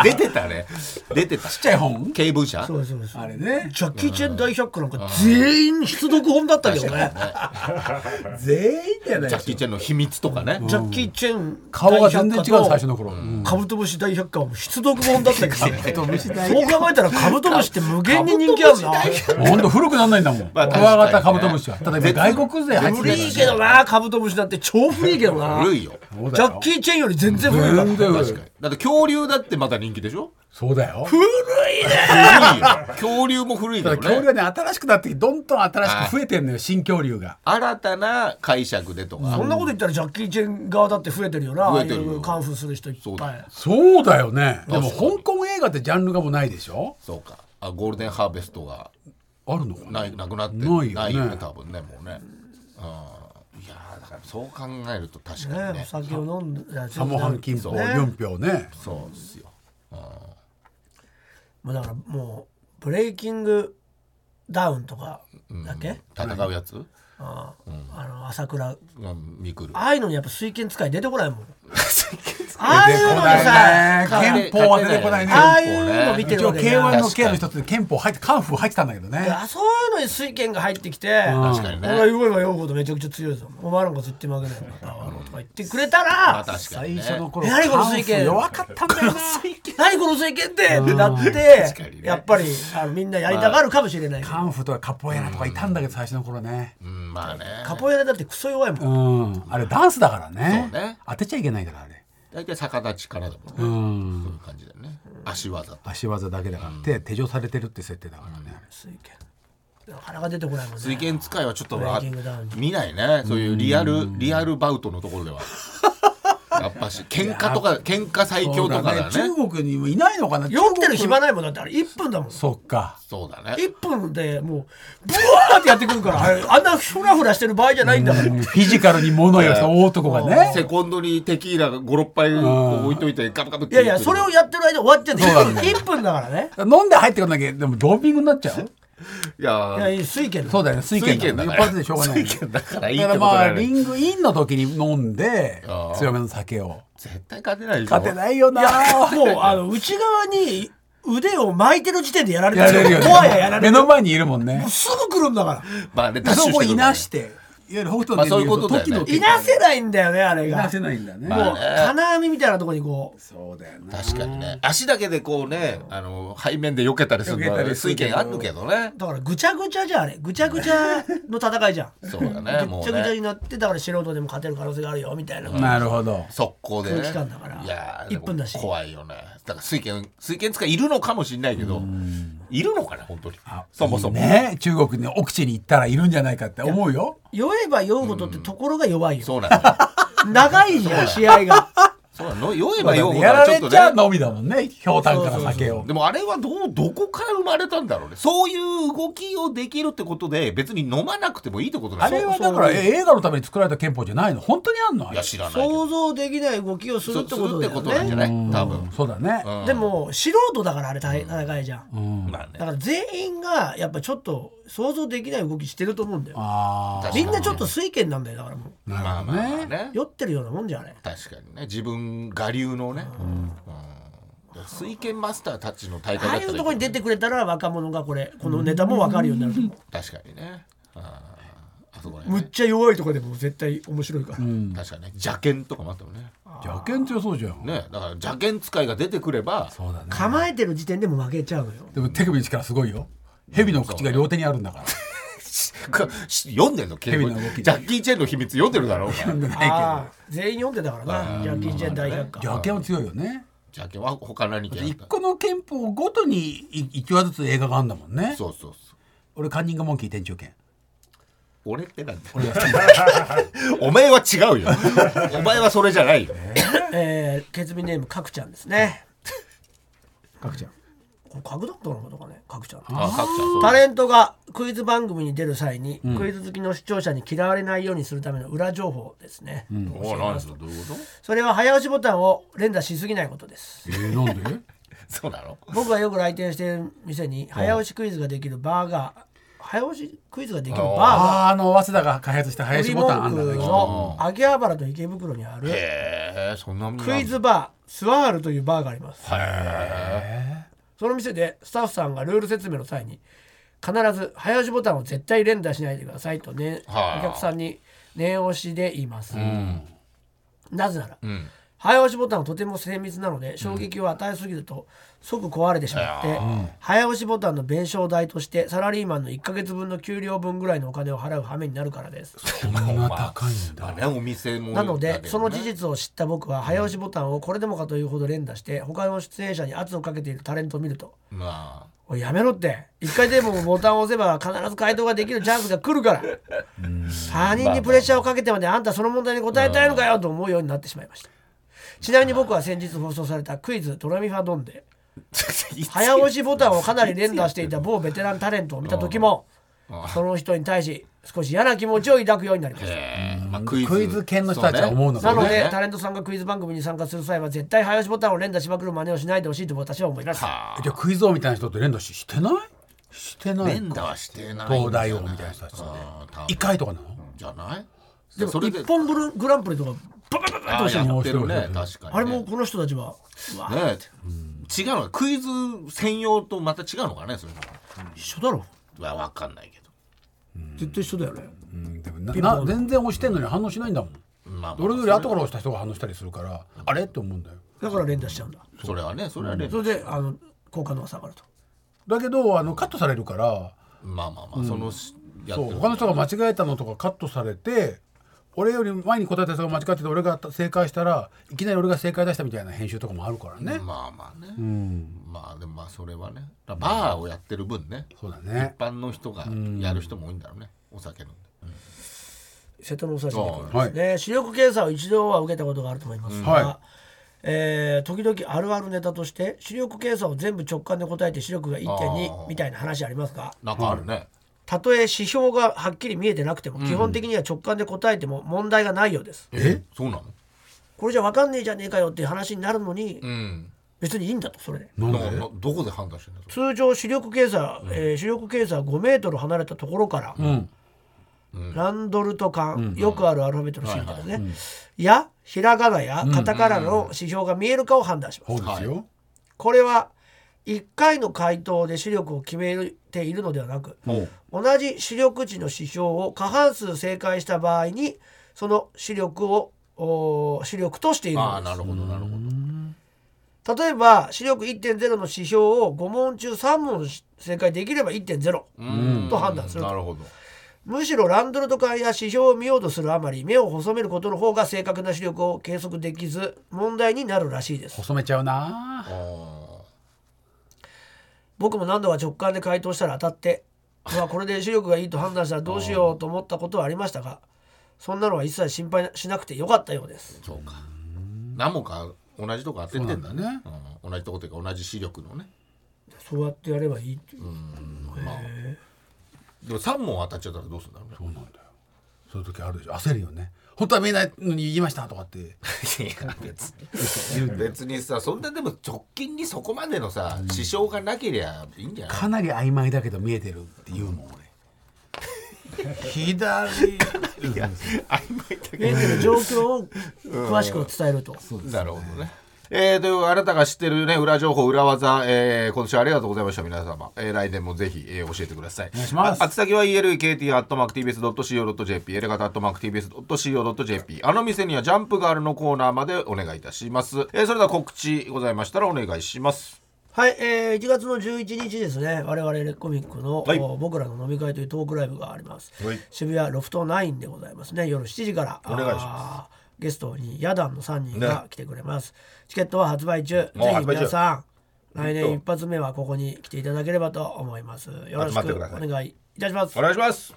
[SPEAKER 2] 出てたね出てた
[SPEAKER 4] ちっちゃい本
[SPEAKER 2] 経文社
[SPEAKER 3] そうそうそう
[SPEAKER 4] あれね
[SPEAKER 3] ジャッキー・チェン大百科なんか全員出読本だったけどね
[SPEAKER 4] 全員じゃない
[SPEAKER 2] ジャッキー・チェンの秘密とかね、
[SPEAKER 3] ジャッキー・チェン
[SPEAKER 4] 顔が全然
[SPEAKER 3] 大
[SPEAKER 4] 違う
[SPEAKER 3] 百科と
[SPEAKER 4] 最初の頃、うん
[SPEAKER 3] カブトムシ大百科はもう出読本だったけど
[SPEAKER 4] カブトムシ大
[SPEAKER 3] そう考えたらカブトムシって無限に人気あるな
[SPEAKER 4] ほんと古くなんないんだもんク
[SPEAKER 2] まあ
[SPEAKER 4] ワ
[SPEAKER 2] 確かにね
[SPEAKER 4] ガタカブトムシはただ今外国勢入ってき
[SPEAKER 3] 古
[SPEAKER 4] て
[SPEAKER 3] いけどなカブトムシなんて超古いけどな
[SPEAKER 2] 古
[SPEAKER 3] ジ
[SPEAKER 2] いよ
[SPEAKER 3] ャッキー・チェンより全然古いから
[SPEAKER 4] 全然古い
[SPEAKER 2] 確かにだって恐竜だってまた人気でしょ
[SPEAKER 4] そうだよ
[SPEAKER 2] 古いよ恐竜も古いけ
[SPEAKER 4] た
[SPEAKER 2] ど
[SPEAKER 4] だ恐
[SPEAKER 2] ね
[SPEAKER 4] 竜はね新しくなってどんどん新しく増えてんのよ新恐竜が
[SPEAKER 2] 新たな解釈でとか、
[SPEAKER 3] そんなこと言ったらジャッキー・チェン側だって増えてるよなあ
[SPEAKER 2] 増
[SPEAKER 3] あ
[SPEAKER 2] え
[SPEAKER 3] い
[SPEAKER 2] てるよ
[SPEAKER 3] うカンフーする人いっ
[SPEAKER 2] そう
[SPEAKER 3] ぱ
[SPEAKER 2] だ
[SPEAKER 3] い
[SPEAKER 4] そうだよねでも
[SPEAKER 2] 確かに
[SPEAKER 4] 香港映画ってジャンルがもうないでしょ
[SPEAKER 2] そうかあゴールデンハーベストが
[SPEAKER 4] あるのかな
[SPEAKER 2] ないなくなって
[SPEAKER 4] ないよね
[SPEAKER 2] 多分ねもうね、うん、いやーだからそう考えると確かにね
[SPEAKER 3] ねお酒を飲んで
[SPEAKER 4] サモハン金
[SPEAKER 3] そ
[SPEAKER 4] 法
[SPEAKER 3] うね
[SPEAKER 4] 4票ね
[SPEAKER 2] そうですよ
[SPEAKER 3] まあだからもうブレイキングダウンとかだっけ、
[SPEAKER 2] 戦うやつ、
[SPEAKER 3] あああの朝倉あ
[SPEAKER 2] うん、見くる
[SPEAKER 3] あいうのにやっぱ水拳使い出てこ ないもんああいうのにさ
[SPEAKER 4] 出てこないね憲法は出てこないね
[SPEAKER 3] ああいうの見て
[SPEAKER 4] 一
[SPEAKER 3] る
[SPEAKER 4] 応
[SPEAKER 3] わけじゃん
[SPEAKER 4] K1 の K の一つで憲法入ってカンフー入ってたんだけどね
[SPEAKER 3] あそういうのに水拳が入ってきて
[SPEAKER 2] 確かに
[SPEAKER 3] 俺が
[SPEAKER 2] ね
[SPEAKER 3] 言えば言うほどめちゃくちゃ強いぞお前なんか絶対負けないよバカ野郎とか言ってくれたら、
[SPEAKER 2] まあ確か
[SPEAKER 4] 最
[SPEAKER 2] にね
[SPEAKER 4] 初の頃
[SPEAKER 3] やはりこの
[SPEAKER 4] カンフ
[SPEAKER 3] 水拳
[SPEAKER 4] ー弱かったんだよな
[SPEAKER 3] 何この政権ってってなって、
[SPEAKER 2] 確かにね
[SPEAKER 3] やっぱりあのみんなやりたがるかもしれないけど、
[SPEAKER 4] カンフーとかカポエラとかいたんだけど最初の頃ね
[SPEAKER 2] うんまあね
[SPEAKER 3] カポエラだってクソ弱いもん、
[SPEAKER 4] うんあれダンスだからね
[SPEAKER 2] そうね
[SPEAKER 4] 当てちゃいけないからあれ
[SPEAKER 2] 大体逆立ちからだもんねそういう感じだよね足技
[SPEAKER 4] 足技だけだから手手錠されてるって設定だからね
[SPEAKER 3] 水拳なかなか出てこないもんね
[SPEAKER 2] 水拳使いはちょっと
[SPEAKER 3] ブレイ
[SPEAKER 2] わ
[SPEAKER 3] キングダウン
[SPEAKER 2] 見ないねそういうリアルリアルバウトのところではやっぱし喧嘩とか喧嘩最強とかだね
[SPEAKER 4] 中国にもいないのかな
[SPEAKER 3] 酔ってる暇
[SPEAKER 4] な
[SPEAKER 3] ないもんだってあれ1分だもん
[SPEAKER 4] そっか
[SPEAKER 2] そうだね
[SPEAKER 3] 1分でもうブワーってやってくるからあれあんなフラフラしてる場合じゃないんだから、
[SPEAKER 4] フィジカルに物を 言わせた大男がね
[SPEAKER 2] セコンドにテキーラが56杯置いといてガブガブっ
[SPEAKER 3] い
[SPEAKER 2] て
[SPEAKER 3] やいやそれをやってる間終わっちゃうんだ
[SPEAKER 4] そうなんだ
[SPEAKER 3] 1分だからね
[SPEAKER 4] 飲んで入ってこなきゃでもドーピングになっちゃう
[SPEAKER 2] いや
[SPEAKER 3] いやいい水拳
[SPEAKER 4] そう
[SPEAKER 3] だ
[SPEAKER 4] だよね水
[SPEAKER 2] 水
[SPEAKER 4] 拳
[SPEAKER 2] 拳
[SPEAKER 4] だ
[SPEAKER 2] だ
[SPEAKER 4] ね
[SPEAKER 2] か
[SPEAKER 4] 一
[SPEAKER 2] ら
[SPEAKER 4] 発でしょうがない
[SPEAKER 2] 水拳だからいい
[SPEAKER 4] だ
[SPEAKER 2] っ
[SPEAKER 4] か
[SPEAKER 2] て
[SPEAKER 4] ら
[SPEAKER 2] こと
[SPEAKER 4] ま
[SPEAKER 2] だ
[SPEAKER 4] あ
[SPEAKER 2] よ
[SPEAKER 4] リ
[SPEAKER 2] ね
[SPEAKER 4] ングインの時に飲んで
[SPEAKER 2] あー
[SPEAKER 4] 強めの酒を
[SPEAKER 2] 絶対勝てないでしょ
[SPEAKER 4] 勝てないよな
[SPEAKER 3] もうあの内側に腕を巻いてる時点でやられて
[SPEAKER 4] やれるよね
[SPEAKER 3] もはややられ
[SPEAKER 4] 目
[SPEAKER 3] る
[SPEAKER 4] の前にいるもんね
[SPEAKER 3] すぐ来るんだから
[SPEAKER 2] まあね
[SPEAKER 4] で
[SPEAKER 2] ダッシ
[SPEAKER 4] そ
[SPEAKER 2] ュ
[SPEAKER 4] こ
[SPEAKER 2] してく
[SPEAKER 4] い
[SPEAKER 2] る
[SPEAKER 4] なしていわゆる北斗
[SPEAKER 2] ま
[SPEAKER 4] の
[SPEAKER 2] あそういう
[SPEAKER 4] 拳
[SPEAKER 2] ことだよね
[SPEAKER 4] 時の
[SPEAKER 3] いなせないんだよねあれ
[SPEAKER 4] い
[SPEAKER 3] が
[SPEAKER 4] なせないんだね、
[SPEAKER 2] ま
[SPEAKER 3] も
[SPEAKER 2] あ
[SPEAKER 3] う金網みたいなところにこう
[SPEAKER 4] そうだよな
[SPEAKER 2] 確かにね足だけでこうねあの背面で避けたりするの
[SPEAKER 4] 避けた
[SPEAKER 2] は
[SPEAKER 4] りする
[SPEAKER 2] 水
[SPEAKER 4] けど
[SPEAKER 2] 拳あるけどね
[SPEAKER 3] だからぐちゃぐちゃじゃんあれぐちゃぐちゃの戦いじゃん
[SPEAKER 2] そうだね
[SPEAKER 3] ぐ
[SPEAKER 2] も
[SPEAKER 3] ち
[SPEAKER 2] う
[SPEAKER 3] ゃぐちゃ
[SPEAKER 2] ね
[SPEAKER 3] になってだから素人でも勝てる可能性があるよみたいな、
[SPEAKER 4] なるほど
[SPEAKER 2] 速攻でね
[SPEAKER 3] 空気感だから
[SPEAKER 2] いやーでも
[SPEAKER 3] 一分だし
[SPEAKER 2] 怖いよねだから水拳水拳使いいるのかもしれないけどいるのかな本当にそもそも
[SPEAKER 4] ね中国に奥地に行ったらいるんじゃないかって思うよ
[SPEAKER 3] 酔えば酔うほどってところが弱いよ、
[SPEAKER 2] そうなのよ
[SPEAKER 3] 長いじゃん試合が
[SPEAKER 2] そうな の酔えば酔うほど
[SPEAKER 4] や
[SPEAKER 2] は
[SPEAKER 4] ら
[SPEAKER 2] ちょ
[SPEAKER 4] れ
[SPEAKER 2] っと
[SPEAKER 4] ちゃ
[SPEAKER 2] ね
[SPEAKER 4] うのみだもんねひょうたんから酒を
[SPEAKER 2] でもあれはどうどこから生まれたんだろうねそういう動きをできるってことで別に飲まなくてもいいってことな
[SPEAKER 4] あ
[SPEAKER 2] んで
[SPEAKER 4] れ
[SPEAKER 2] す
[SPEAKER 4] はだからえ映画のために作られた憲法じゃないの本当にあんのあ
[SPEAKER 2] い
[SPEAKER 4] れ
[SPEAKER 2] や知らないけど
[SPEAKER 3] 想像できない動きをする
[SPEAKER 2] そ
[SPEAKER 3] っ
[SPEAKER 2] う
[SPEAKER 3] て
[SPEAKER 2] す
[SPEAKER 3] こ
[SPEAKER 2] る
[SPEAKER 3] と
[SPEAKER 2] っ
[SPEAKER 3] だ
[SPEAKER 2] て
[SPEAKER 3] よ
[SPEAKER 2] ことなんじゃ
[SPEAKER 3] ね
[SPEAKER 2] ない多分
[SPEAKER 4] そうだね、
[SPEAKER 2] うん
[SPEAKER 3] でも素人だからあれ大戦いじゃん、
[SPEAKER 2] まあね
[SPEAKER 3] だから全員がやっぱちょっと想像できない動きしてると思うんだよ
[SPEAKER 4] ああ
[SPEAKER 2] 確かに
[SPEAKER 3] みんなちょっと水拳なんだよだからもう
[SPEAKER 2] まあまあまあね
[SPEAKER 3] 酔ってるようなもんじゃんあれ
[SPEAKER 2] 確かにね自分ン我流のね、うん水拳マスターたちの大会
[SPEAKER 3] あ
[SPEAKER 2] だ
[SPEAKER 3] あ
[SPEAKER 2] っ
[SPEAKER 3] い
[SPEAKER 2] たら
[SPEAKER 3] うとこに出てくれたら若者がこれこのネタも分かるようになると思う
[SPEAKER 2] 確かにねうんあそこ
[SPEAKER 3] む
[SPEAKER 2] ら辺
[SPEAKER 3] っ
[SPEAKER 2] ね
[SPEAKER 3] ちゃ弱いとこでも絶対面白いから、
[SPEAKER 2] 確かにね邪剣とかもあったもんね
[SPEAKER 4] 邪剣強そうじゃん。
[SPEAKER 2] ねだから邪剣使いが出てくれば
[SPEAKER 4] そうだね。
[SPEAKER 3] 構えてる時点でも負けちゃうのよ
[SPEAKER 4] でも手首の力すごいよ。蛇の口が両手にあるんだから。
[SPEAKER 2] か 読んでんの警
[SPEAKER 4] 蛇
[SPEAKER 2] 部
[SPEAKER 4] の動き
[SPEAKER 2] ジャッキー・チェンの秘密読んでるだろう
[SPEAKER 4] ないけど
[SPEAKER 3] ああ全員読んでたからなジャッキー・チェン大百科
[SPEAKER 4] 邪剣は強いよね。
[SPEAKER 2] 邪剣は他何剣あ
[SPEAKER 4] 一
[SPEAKER 2] った
[SPEAKER 4] 個の憲法ごとに一話ずつ映画があるんだもんね。
[SPEAKER 2] そうそうそう
[SPEAKER 4] 俺カンニングモンキー店長権。
[SPEAKER 2] 俺ってなんだ お前は違うよお前はそれじゃないよ
[SPEAKER 3] えー、ケツビネーム角ちゃんですね角ちゃんこれ角だったのかとかね角ちゃんって
[SPEAKER 2] あ角ちゃんそう
[SPEAKER 3] タレントがクイズ番組に出る際に、クイズ好きの視聴者に嫌われないようにするための裏情報ですね、
[SPEAKER 2] お何ですかどういうこと
[SPEAKER 3] それは早押しボタンを連打しすぎないことです
[SPEAKER 4] えー、なんで？
[SPEAKER 2] そうなの
[SPEAKER 3] 僕がよく来店している店に早押しクイズができるバーガー早押しクイズができるバ
[SPEAKER 4] あーあの早稲田が開発した
[SPEAKER 3] ーガー
[SPEAKER 4] 林
[SPEAKER 3] り
[SPEAKER 4] ボタンあ
[SPEAKER 3] 文
[SPEAKER 4] んだ
[SPEAKER 3] 句
[SPEAKER 4] ね。
[SPEAKER 3] の秋葉原と池袋にある
[SPEAKER 2] へえそんなもんなんだ
[SPEAKER 3] クイズバースワールというバーがあります
[SPEAKER 2] へえ
[SPEAKER 3] その店でスタッフさんがルール説明の際に必ず早押しボタンを絶対連打しないでくださいとね、
[SPEAKER 2] はあ
[SPEAKER 3] お客さんに念押しで言います、なぜなら、
[SPEAKER 2] ん
[SPEAKER 3] 早押しボタンはとても精密なので衝撃を与えすぎると即壊れてしまって、早押しボタンの弁償代としてサラリーマンの1ヶ月分の給料分ぐらいのお金を払う羽目になるからです
[SPEAKER 4] そんな高いん
[SPEAKER 2] まあ
[SPEAKER 4] だ。
[SPEAKER 2] ねお店も
[SPEAKER 3] なの
[SPEAKER 2] だ
[SPEAKER 3] で
[SPEAKER 2] けどね
[SPEAKER 3] その事実を知った僕は早押しボタンをこれでもかというほど連打して他の出演者に圧をかけているタレントを見ると
[SPEAKER 2] ま
[SPEAKER 3] おいやめろって一回でもボタンを押せば必ず回答ができるチャンスが来るから他人にプレッシャーをかけてまであんたその問題に答えたいのかよと思うようになってしまいましたちなみに僕は先日放送されたクイズ「ドラミファドン」で早押しボタンをかなり連打していた某ベテランタレントを見た時もその人に対し少し嫌な気持ちを抱くようになりま
[SPEAKER 2] あ
[SPEAKER 3] した
[SPEAKER 2] へえまあクイズ
[SPEAKER 4] クイズ犬の人たちは思うのか
[SPEAKER 3] な
[SPEAKER 4] も
[SPEAKER 3] の
[SPEAKER 4] ね
[SPEAKER 3] でタレントさんがクイズ番組に参加する際は絶対早押しボタンを連打しまくる真似をしないでほしいと私は思います
[SPEAKER 2] は
[SPEAKER 4] じゃあクイズ王みたいな人って連打ししてない？して
[SPEAKER 2] あ
[SPEAKER 4] ない
[SPEAKER 2] 連。打はしてないんじゃない
[SPEAKER 4] 東大王みたいな人たちって
[SPEAKER 2] あー多分
[SPEAKER 4] 一回とかなの？
[SPEAKER 2] じゃない
[SPEAKER 3] でも
[SPEAKER 2] それで
[SPEAKER 3] 一本グルグランプリとかパパパパッと
[SPEAKER 2] あ
[SPEAKER 3] 押してる
[SPEAKER 2] や
[SPEAKER 4] の
[SPEAKER 2] ってるね
[SPEAKER 4] 面白い面
[SPEAKER 2] 確かにね
[SPEAKER 3] あれもこの人たちは、うわ
[SPEAKER 2] ね違うのクイズ専用とまた違うのかねそれも
[SPEAKER 3] 一緒だろ
[SPEAKER 2] わわかんないけ
[SPEAKER 3] 絶対一緒だよね
[SPEAKER 4] うんでもなな全然押してんのに反応しないんだもん。
[SPEAKER 2] どまあまあ
[SPEAKER 4] 俺より後から押した人が反応したりするからあれって思うんだよ。
[SPEAKER 3] だから連打しちゃうんだ
[SPEAKER 2] それはねそれはね
[SPEAKER 3] それであの好感度が下がると
[SPEAKER 4] だけどあのカットされるから
[SPEAKER 2] まあまあまあそのしや
[SPEAKER 4] そ
[SPEAKER 2] っ
[SPEAKER 4] う
[SPEAKER 2] てる
[SPEAKER 4] 他の人が間違えたのとかカットされて俺より前に答えた人が間違ってて俺が正解したらいきなり俺が正解出したみたいな編集とかもあるからね。
[SPEAKER 2] まあまあねまあでもまあそれはねだからバーをやってる分ね
[SPEAKER 4] そうだ
[SPEAKER 2] 一
[SPEAKER 4] ね。
[SPEAKER 2] 般の人がやる人も多いんだろうねお酒飲んで
[SPEAKER 3] 瀬戸のお刺身君
[SPEAKER 4] はい。
[SPEAKER 3] ね視力検査を一度は受けたことがあると思いますが、
[SPEAKER 4] はい
[SPEAKER 3] えー時々あるあるネタとして視力検査を全部直感で答えて視力が1.2みたいな話ありますが
[SPEAKER 2] なんかあるね
[SPEAKER 3] たとえ指標がはっきり見えてなくても基本的には直感で答えても問題がないようです、
[SPEAKER 4] え？
[SPEAKER 2] そうなの
[SPEAKER 3] これじゃ分かんねえじゃねえかよっていう話になるのに
[SPEAKER 2] うん
[SPEAKER 3] 別にいいんだとそれで
[SPEAKER 4] なんで
[SPEAKER 2] ななどこで判断してんだそれ
[SPEAKER 3] 通常視力検査、えー視力検査は5メートル離れたところから、
[SPEAKER 4] ん
[SPEAKER 3] ランドルト缶、よくあるアルファベットのシートですね、やひらがなやカタカナの指標が見えるかを判断します、
[SPEAKER 4] そうですよ。
[SPEAKER 3] これは1回の回答で視力を決めているのではなく同じ視力値の指標を過半数正解した場合にその視力をおー視力としている
[SPEAKER 2] あ
[SPEAKER 3] の
[SPEAKER 2] あ
[SPEAKER 3] です
[SPEAKER 2] なるほどなるほど
[SPEAKER 3] 例えば視力1.0の指標を5問中3問正解できれば1.0と判断する
[SPEAKER 2] なるほど
[SPEAKER 3] むしろランドルト缶や指標を見ようとするあまり目を細めることの方が正確な視力を計測できず問題になるらしいです
[SPEAKER 4] 細めちゃうな。
[SPEAKER 3] 僕も何度か直感で回答したら当たってうわこれで視力がいいと判断したらどうしようと思ったことはありましたがそんなのは一切心配しなくてよかったようです
[SPEAKER 2] そうか何もか同じとこ当ててんだ
[SPEAKER 4] そうなん
[SPEAKER 2] ねうん同じとこというか同じ視力のね
[SPEAKER 3] そうやってやればいいっていう
[SPEAKER 2] でも3問当たっちゃったらどうするんだろうね
[SPEAKER 4] そうなんだよ。そういう時あるでしょ。焦るよね。本当は見えないのに言いましたとかって。
[SPEAKER 2] いや別に別にさそんなでも直近にそこまでのさ支障がなけりゃいいんじゃない
[SPEAKER 4] かなり曖昧だけど見えてるって言うもん俺左
[SPEAKER 2] 曖昧だけど
[SPEAKER 3] 現地の状況を詳しく伝えると。
[SPEAKER 2] なるほどね。えー、というあなたが知ってるね裏情報裏技、えー、今年はありがとうございました皆様、えー、来年もぜひ、えー、教えてくださいお願い
[SPEAKER 4] します
[SPEAKER 2] あ宛先は elekt.mactvs.co.jp エレガタ .mactvs.co.jp あの店にはジャンプガールのコーナーまでお願いいたします、えー、それでは告知ございましたらお願いします
[SPEAKER 3] はい、えー1月の11日ですね、我々レコミックの、
[SPEAKER 2] はい
[SPEAKER 3] お僕らの飲み会というトークライブがあります。
[SPEAKER 2] はい
[SPEAKER 3] 渋谷ロフト9でございますね、夜7時から。
[SPEAKER 2] お願いします
[SPEAKER 3] す。ゲストにヤダンの3人が
[SPEAKER 2] ね
[SPEAKER 3] 来てくれます。チケットは発売中。ぜ
[SPEAKER 2] もう
[SPEAKER 3] ひ
[SPEAKER 2] 発売中
[SPEAKER 3] 皆さん、来年一発目はここに来ていただければと思います。よろし
[SPEAKER 2] 集まって
[SPEAKER 3] く
[SPEAKER 2] ください
[SPEAKER 3] お願いいたします。
[SPEAKER 2] お願いします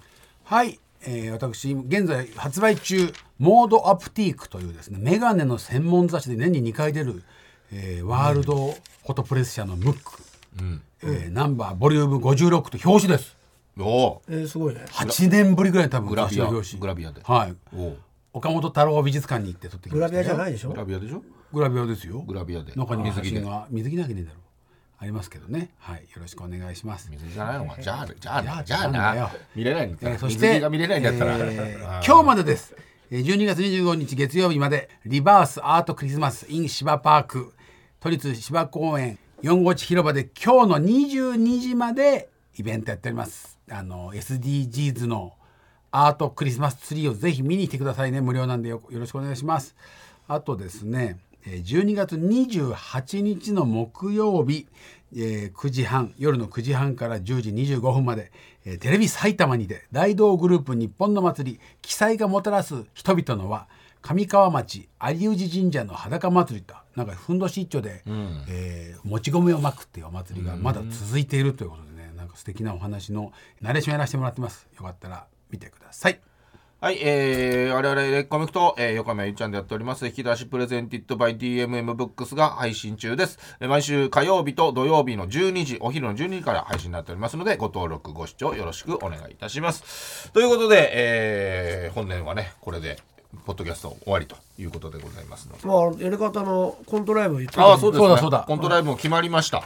[SPEAKER 4] はい、えー私現在発売中モードアプティークというですねメガネの専門雑誌で年に2回出る、えーワールドフォトプレス社のムック、えーナンバーボリューム56と表紙です
[SPEAKER 2] おお
[SPEAKER 3] えーすごいね。
[SPEAKER 4] 8年ぶりぐらいに多分
[SPEAKER 2] グラビア
[SPEAKER 4] 雑誌の表紙
[SPEAKER 2] グラビアで
[SPEAKER 4] はい
[SPEAKER 2] ーおう
[SPEAKER 4] 岡本太郎美術館に行って撮ってき
[SPEAKER 3] グ
[SPEAKER 4] ま
[SPEAKER 3] ラ
[SPEAKER 4] した
[SPEAKER 3] ビアじゃないでしょ
[SPEAKER 2] グラビアでしょ
[SPEAKER 4] グラビアですよ
[SPEAKER 2] グラビアで
[SPEAKER 4] 中にも
[SPEAKER 2] 水
[SPEAKER 4] 写
[SPEAKER 2] 着
[SPEAKER 4] 真
[SPEAKER 2] で
[SPEAKER 4] が水着なわけねえだろありますけどねはいよろしくお願いします
[SPEAKER 2] 水着じゃないのかじゃあじゃあなじゃあ
[SPEAKER 4] なんだよ
[SPEAKER 2] な見れないんだったら
[SPEAKER 4] えーそして
[SPEAKER 2] 水着が見れないんだったら、
[SPEAKER 4] えー今日までですえー12月25日月曜日までリバースアートクリスマス in 芝パーク都立芝公園4号地広場で今日の22時までイベントやっておりますあの SDGs のアートクリスマスツリーをぜひ見に来てくださいね無料なんでよよろしくお願いしますあとですねえー12月28日の木曜日、えー9時半夜の9時半から10時25分まで、えーテレビ埼玉にて大道グループ日本の祭り「記載がもたらす人々の輪」上川町有氏神社の裸祭りとなんかふんどし一丁で、えーもち米をまくっていうお祭りがまだ続いているということでねなんか素敵なお話のナレーションやらせてもらってますよかったら見てください。
[SPEAKER 2] はい、えー、我々レッコミックと、えー、横山ゆうちゃんでやっております、引き出しプレゼンティッドバイ DMM ブックスが配信中です。えー毎週火曜日と土曜日の12時、お昼の12時から配信になっておりますので、ご登録、ご視聴よろしくお願いいたします。ということで、えー、本年はね、これで、ポッドキャスト終わりということでございますので。
[SPEAKER 3] まあ、やり方のコントライブ言って
[SPEAKER 2] ああそうですね
[SPEAKER 4] そうだそうだ
[SPEAKER 2] コントライブも決まりました、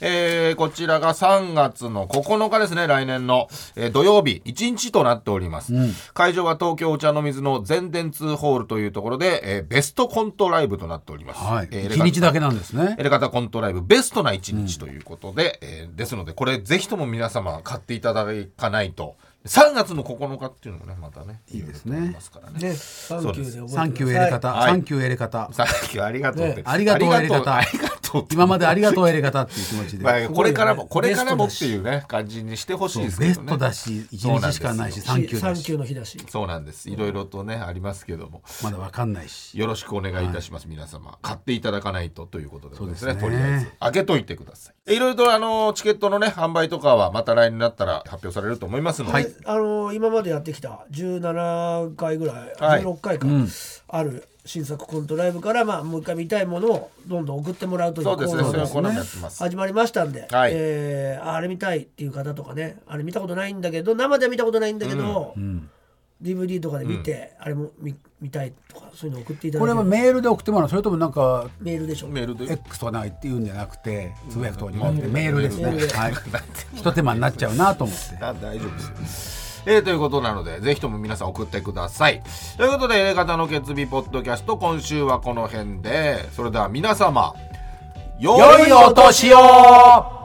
[SPEAKER 2] えーこちらが3月の9日ですね来年の、えー土曜日1日となっております、会場は東京お茶の水の全電通ホールというところで、えーベストコントライブとなっております、
[SPEAKER 4] はい、
[SPEAKER 2] えー
[SPEAKER 4] 一日だけなんですね
[SPEAKER 2] エ。レガタコントライブベストな一日ということで、えーですのでこれぜひとも皆様買っていただかないと3月の9日っていうのもねまたねいい
[SPEAKER 4] ですね
[SPEAKER 2] ますからね
[SPEAKER 3] ね、サンキューで覚えてください。
[SPEAKER 4] サンキューエレ方、
[SPEAKER 2] はい
[SPEAKER 4] サンキューエレ方、
[SPEAKER 2] さっきはありがとうって、
[SPEAKER 3] ね
[SPEAKER 4] ありがとう
[SPEAKER 2] ありがとう
[SPEAKER 4] あ
[SPEAKER 2] あ
[SPEAKER 4] り
[SPEAKER 2] りがとうって
[SPEAKER 4] 今までありがとうエレ方っていう気持ちで。
[SPEAKER 2] まあ、これからも、
[SPEAKER 3] すご
[SPEAKER 2] こ
[SPEAKER 3] いよね
[SPEAKER 2] れからもっていうね、感じにしてほしい
[SPEAKER 4] そう
[SPEAKER 2] ですけど
[SPEAKER 4] ベ
[SPEAKER 2] ね。
[SPEAKER 4] ストだし、一日しかないし、サンキュー
[SPEAKER 3] サ
[SPEAKER 4] だ
[SPEAKER 3] ンキ
[SPEAKER 4] し
[SPEAKER 3] ュー、の日だし。
[SPEAKER 2] そうなんです。いろいろとね、ありますけども。
[SPEAKER 4] まだわかんないし。
[SPEAKER 2] よろしくお願いいたします、皆様買っていただかないとということでございますね
[SPEAKER 4] そうですね
[SPEAKER 2] とりあえず開けといてくださいいろいろとあのチケットのね販売とかはまた来年になったら発表されると思いますので、
[SPEAKER 4] はい
[SPEAKER 3] であの今までやってきた17回ぐらい、
[SPEAKER 2] はい
[SPEAKER 3] 16回か、ある新作コントライブから、まあ、もう一回見たいものをどんどん送ってもらうという
[SPEAKER 2] そうですね
[SPEAKER 3] コー
[SPEAKER 2] そうい
[SPEAKER 3] ナ
[SPEAKER 2] う
[SPEAKER 3] ー
[SPEAKER 2] コーナーもやってます、
[SPEAKER 3] 始まりましたんで、
[SPEAKER 2] はい
[SPEAKER 3] えーああれ見たいっていう方とかねあれ見たことないんだけど生では見たことないんだけど、DVD とかで見て、あれも見見たいとかそういうの送っていた
[SPEAKER 4] これ
[SPEAKER 3] だ
[SPEAKER 4] はい
[SPEAKER 3] て
[SPEAKER 4] メールで送ってもらう、それともなんか。
[SPEAKER 3] メールでしょ
[SPEAKER 2] メールで
[SPEAKER 4] X とかなんか言って言うんじゃなくてつぶやくとこに持って
[SPEAKER 2] うん
[SPEAKER 4] メールですね
[SPEAKER 2] メールで
[SPEAKER 4] はいひと手間になっちゃうなと思って
[SPEAKER 2] あ大丈夫です。えー、ということなので、ぜひとも皆さん送ってください。ということで、A 型の決意ポッドキャスト、今週はこの辺で、それでは皆様、良
[SPEAKER 4] 良いお年を